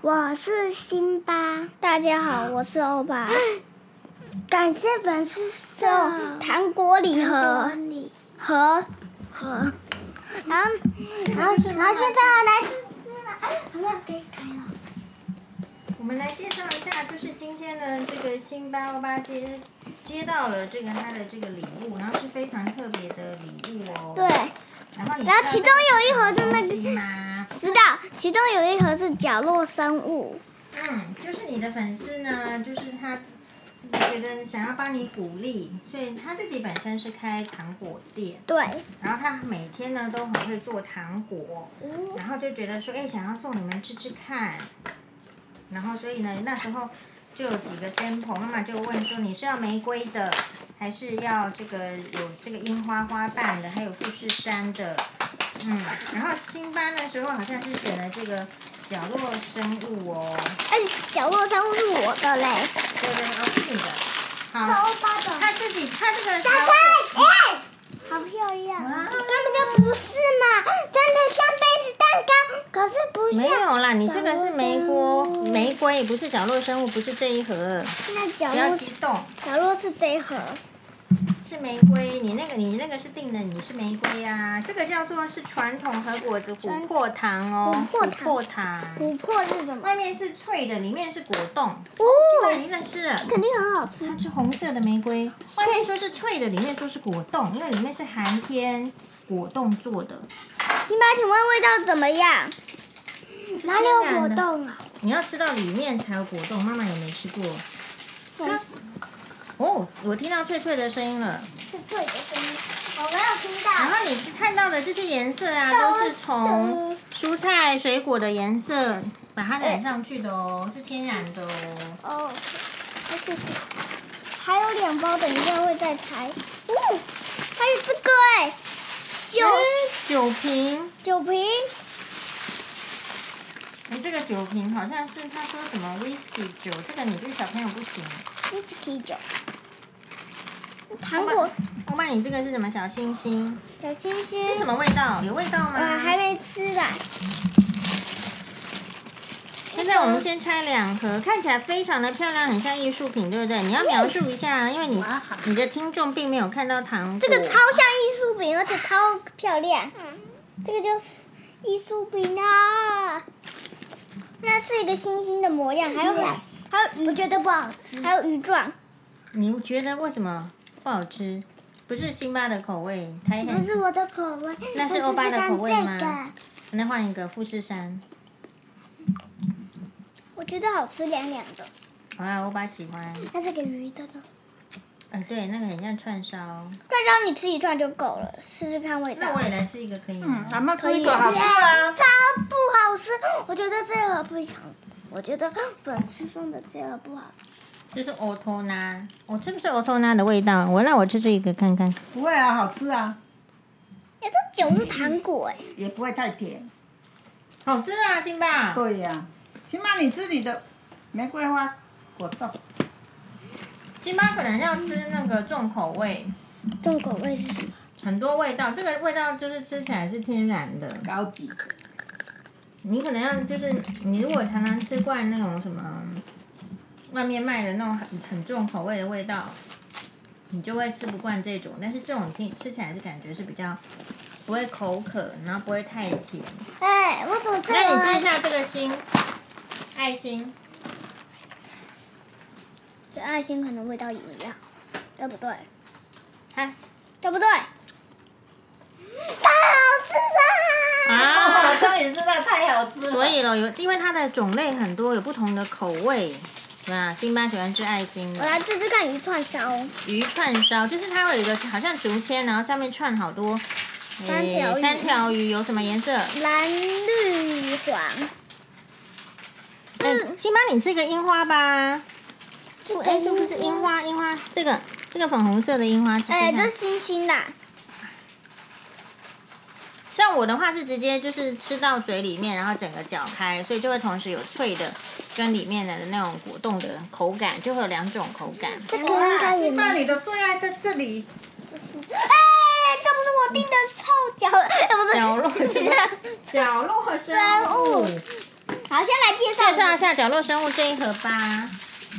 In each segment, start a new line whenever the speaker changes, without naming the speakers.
我是辛巴，
大家好，我是欧巴。
感谢粉丝送
糖果礼盒
玻璃
盒，
盒。然后，然后，然后现在来，妈妈可以开了。
我们来介绍一下，就是今天的这个辛巴欧巴接接到了这个他的这个礼物，然后是非常特别的礼物哦。
对，
然后你
然后其中有一盒是那个
个吗？
知道。其中有一盒是角落生物，
嗯，就是你的粉丝呢，就是他觉得想要帮你鼓励，所以他自己本身是开糖果店，
对，哎
然后他每天呢都很会做糖果，然后就觉得说，哎、想要送你们吃吃看。然后所以呢，那时候就有几个 sample，妈妈就问说，你是要玫瑰的，还是要这个有这个樱花花瓣的，还有富士山的，嗯，然后新班的时候好像是选了这个角落生物哦，
而且角落生物是我的嘞，
对对，哦是你的，好，
欧巴的，
他自己他这个
打开
糖果，
哎，好漂亮！
啊
哇
根本就不是嘛，真的像杯子蛋糕，可是不
没
像
有啦，你这个是玫
角落生
瑰，
物
玫瑰不是角落生物，不是这一盒，
那角
不要
落
激动。
角落是这一盒，
是玫瑰，你那个你那个是定的，你是玫瑰啊，这个叫做是传统和果子琥珀糖哦，
琥珀糖
糖
琥珀是什么？
外面是脆的，里面是果冻，哇，
哦，
你认识了？
肯定很好吃。
它是红色的玫瑰，外面说是脆的，里面说是果冻，因为里面是寒天果冻做的。
辛巴，请问味道怎么样？
哪里有果冻啊？
你要吃到里面才有果冻，妈妈也没吃过。它哦，我听到脆脆的声音了。
是脆的声音，我没有听
然
到。
后你看到的这些颜色啊，都是
哦
从蔬菜、水果的颜色把它染上去的哦，是天然的哦。
哦，谢谢谢。还有两包，等一下会再拆。哦，还有这个哎，酒
哎酒瓶，
酒瓶，
哎，这个酒瓶好像是他说什么 whisky 酒，这个你对小朋友不行。
威士忌酒，糖果
我把你这个是什么小星星？
小星星
是。什么味道？有味道吗？
哇，呃还。没吃啦！
现在我们先拆两盒，看起来非常的漂亮，很像艺术品，对不对？你要描述一下，因为你你的听众并没有看到糖果。
这个超像艺术品，而且超漂亮。这个就是艺术品啊！那是一个星星的模样，还有
嗯
还有鱼，觉得不好吃，还有鱼状。
你觉得为什么不好吃？不是辛巴的口味，台
那
很。
是我的口味，
嗯那是欧巴的口味吗
我只敢
那换一个富士山，
我觉得好吃凉凉的。
好啊，欧巴喜欢。
这个那是给鱼的呢。
呃，对，那个很像串烧。
再让你吃一串就够了，试试看味道
那。我也来吃一个，可以吗？
嗯阿妈
可以
好吃啊！
超不好吃，我觉得这个不行。我觉得粉丝送的这个不好吃。
这是欧托纳，哦，这个是欧托纳的味道。我那我吃这一个看看。
不会啊，好吃啊，
哎，这酒是糖果哎，
也不会太甜。
好吃啊，辛巴。
对呀、起码你吃你的玫瑰花果冻，
辛巴可能要吃那个重口味，
重口味是什么？
很多味道。这个味道就是吃起来是天然的。
高级。
你可能要就是你如果常常吃惯那种什么外面卖的那种很很重口味的味道，你就会吃不惯这种。但是这种听吃起来是感觉是比较不会口渴，然后不会太甜。
哎，我怎么这
那你吃一
样？
下这个心爱心，
这爱心可能味道一样，对不对？
看
对不对？太好吃啦！
啊，
冻也真的太好吃
所以咯，有因为它的种类很多，有不同的口味。那辛巴喜欢吃爱心
我来试试看鱼串烧，
鱼串烧，就是它会有一个好像竹签，然后上面串好多
三条鱼
诶三条鱼有什么颜色？
蓝绿黄，
哎，辛巴，你吃个樱花吧。
嗯这
哎，是不是樱？花？樱花这个这个粉红色的樱花，吃吃
哎，
看
这星星啦，
像我的话是直接就是吃到嘴里面，然后整个搅开，所以就会同时有脆的跟里面的那种果冻的口感，就会有两种口感。
这个应该也
辛
没
巴，你的最爱在这里。
哎，这不是我订的臭脚，哎，不是
角落是
这
角落生
生物
物，
好，先来介绍
介绍一下角落生物这一盒吧。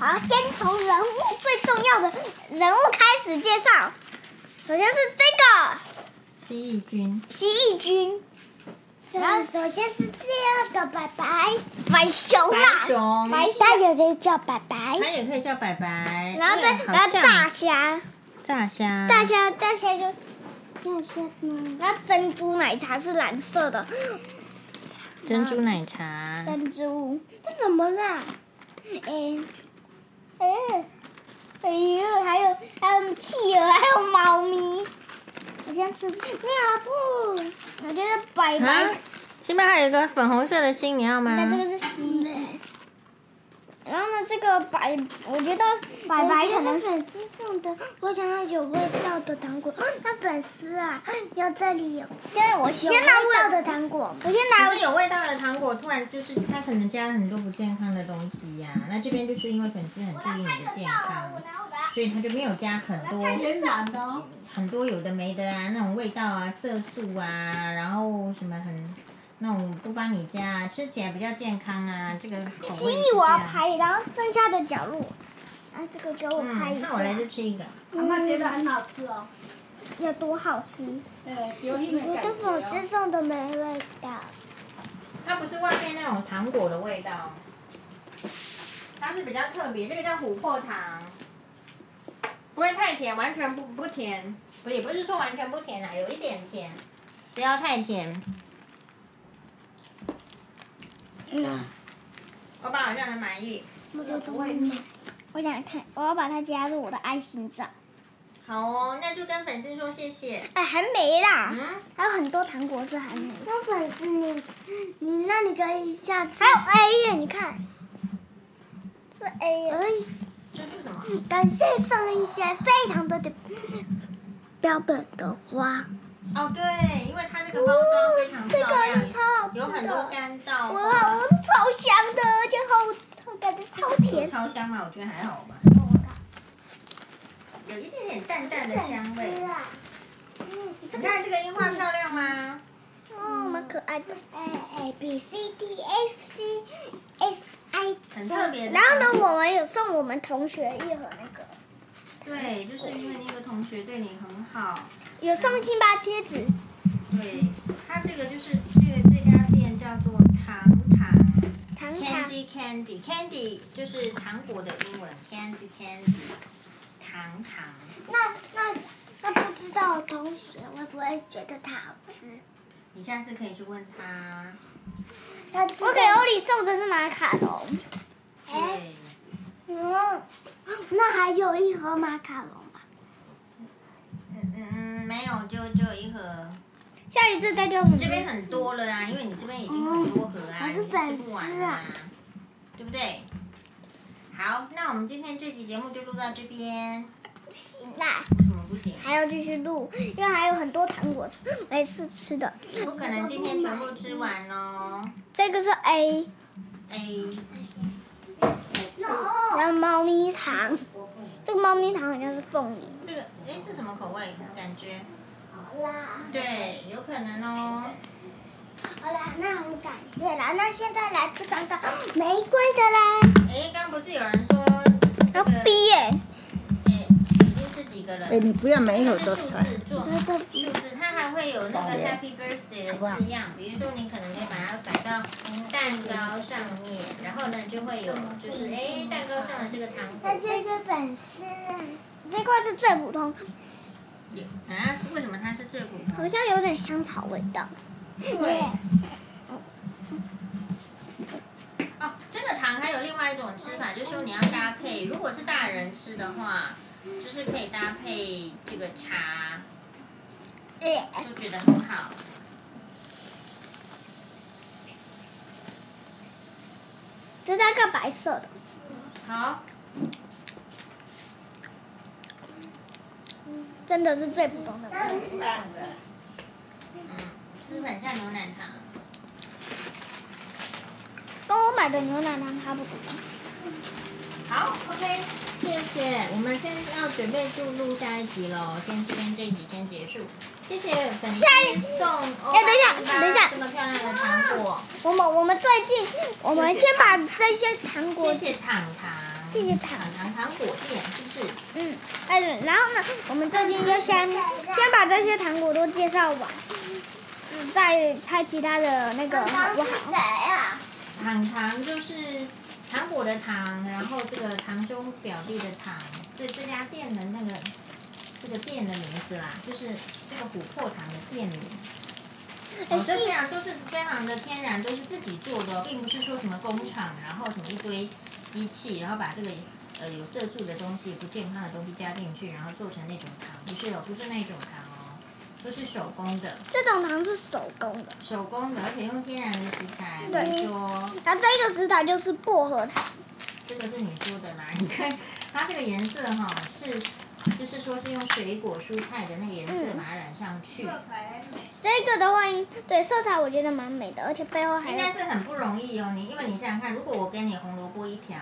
好，先从人物最重要的人物开始介绍。首先是这
蜥蜴君，
个蜥蜴君，
然后首先是第二个白白，
白熊
白
啦，
熊，
大家可以叫白白。
它也可以叫白白。
然后再
嗯
然
好
后
像
大虾，
炸虾，
大虾大虾就
要说呢，
嗯那珍珠奶茶是蓝色的
珍珠奶茶，
珍珠，
这怎么啦？哎，
哎哎呦，还有还有企鹅，还有猫咪，好像是尿布，好像是白白
啊，新边还有一个粉红色的心，你要吗？
那这个是蜥蜴。然后呢，这个白，我觉得白白可能
我觉得粉丝送的，我想要有味道的糖果。哦那粉丝啊，要这里有
现在我先
有
拿
味道
我，
的糖果。
我先拿
可是有味道的糖果，突然就是它可能加了很多不健康的东西呀、那这边就是因为粉丝很注意你的健康，所以他就没有加很多
然的哦。
很多有的没的啊，那种味道啊、色素啊，然后什么很那种不帮你加啊，吃起来比较健康啊，这个口
蜥
味是
蜴，
这
我要
样。
拍，然后剩下的角落，啊，这个给我拍
嗯，
一下
那，我来就吃一个。
阿妈觉得很好吃哦，
有多好吃？
呃，只有一枚
我
感觉
的粉
哦。
丝送的没味道，
它不是外面那种糖果的味道，它是比较特别，这个叫琥珀糖，不会太甜，完全不不甜，不也不是说完全不甜啦，有一点甜，不要太甜。
嗯
嗯
我爸好像很满意。
我觉得外面
我想看，我要把它加入我的爱心照。
好哦，那就跟粉丝说谢谢。
哎，还没啦，
嗯，
还有很多糖果是还没。
那粉丝你，你那你可以下次
还有 A 耶，你看，是 A 耶。
这是什么？
哎感谢送一些非常多的标本的花，
哦，对，因为它这个包装非
嗯
常漂亮，
好哦
有很多干燥
我哦好
花，
超香的，就好，超感觉超
有
甜。
超香嘛，我觉得还好吧，有一点点淡淡的香味。
是啊，
嗯
你看这个樱花漂亮吗？
哦，蛮可爱的。
A A B C D F C S I，
很特别的。
然后呢，我们有送我们同学一盒那个，
对，就是因为那个同学对你很好，
有送辛巴贴纸，
对他这个就是这个这家店叫做糖糖
糖糖
Candy Candy Candy，就是糖果的英文 Candy Candy，糖糖。
那那那不知道同学会不会觉得它好吃？
你下次可以去问他。
要吃
我给欧里送的是马卡龙，
哎
对，
嗯，那还有一盒马卡龙吧？
嗯嗯嗯，没有，就就一盒。
下一次再叫我们
这边
吃
很多了啊，因为你这边已经很多盒啊，
嗯我
你
是
吃
粉
不完
丝
了
啊
啊，对不对？好，那我们今天这期节目就录到这边。
行啦，
为什么不行？
还要继续录，因为还有很多糖果吃没次吃的。
不可能今天全部吃完哎哦。
这个是 A，
A，
然后猫咪糖，这个猫咪糖好像是凤梨，
这个哎是什么口味？感觉
好啦，
对，有可能哦。
好啦，那很感谢啦。那现在来吃刚刚玫瑰的啦。
哎，刚不是有人说这
然
个
后 B 耶、
哎已经是几个了？
哎，你不要每一
这
盒
是
都
数
拆。
字做数字，它还会有那个 Happy Birthday 的字样，比如说你可能可以把它摆到蛋糕上面，然后呢就会有就是哎蛋糕上的这个糖果
那。这个粉丝，
这块是最普通，
啊？为什么它是最普
好？像有点香草味道。
对。哦，这个糖还有另外一种吃法，就是说你要搭配，如果是大人吃的话，就是可以搭配这个茶，
哎，
就觉得很好。
这大概白色的，
好，
真的是最普通的。
嗯，就是很像牛奶糖。
跟我买的牛奶糖差不多。
好，OK，谢谢。我们先要准备就录下一集喽，先这边这一集先结束。谢谢粉丝
下一
送欧
哎等一下等
巴西吧
一下
这么漂亮的糖果，
我们我们最近，我们先把这些糖果
谢谢糖糖，
谢谢糖
糖糖糖果店是不是？
嗯，哎，然后呢，我们最近就先先把这些糖果都介绍完，再拍其他的那个好哎不好？
呀？
糖糖就是糖果的糖，然后这个堂兄表弟的堂，这这家店的那个这个店的名字啦，就是这个琥珀糖的店名。
哎
哦、这
是
非常都是非常的天然，都是自己做的哦，并不是说什么工厂，然后什么一堆机器，然后把这个呃有色素的东西、不健康的东西加进去，然后做成那种糖，不是哦，不是那种糖哦，都是手工的，
这种糖是手工的，
手工的，而且用天然的食材，
对
比如说。
然后这个食材就是薄荷糖，
这个是你说的啦，你看它这个颜色哈、是，就是说是用水果蔬菜的那个颜色把它染上去，
色彩美。
这个的话应，对色彩我觉得蛮美的，而且背后还
应
有
该是很不容易哦。你因为你想想看，如果我给你红萝卜一条，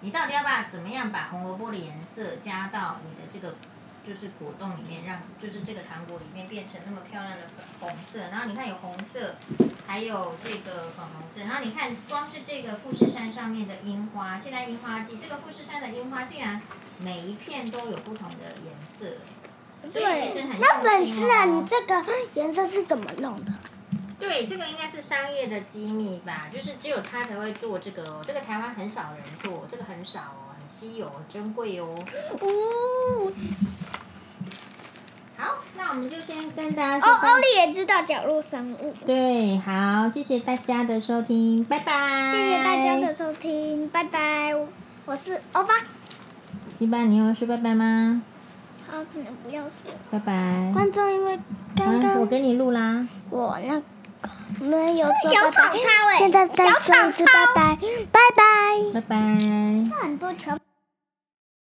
你到底要把怎么样把红萝卜的颜色加到你的这个就是果冻里面，让就是这个糖果里面变成那么漂亮的粉红色。然后你看有红色，还有这个粉红色。然后你看光是这个富士山上面的樱花，现在樱花季，这个富士山的樱花竟然每一片都有不同的颜色。所以其实很用心哦
那粉丝啊，你这个颜色是怎么弄的？
对，这个应该是商业的机密吧，就是只有他才会做这个哦，这个台湾很少人做，这个很少哦，很稀有，很珍贵哦。
哦，
好，那我们就先跟大家
欧欧丽哦也知道角落生物。
对，好，谢谢大家的收听，拜拜。
谢谢大家的。收听，拜拜。我是欧巴，
金爸，你有说拜拜吗？
好，可能哦不要说。
拜拜。
观众因为刚
嗯我
刚
给你录啦。
我那个没有说
小
拜
草
拜
草，哎
现在再说一次拜拜，拜拜。
拜拜。
很多全。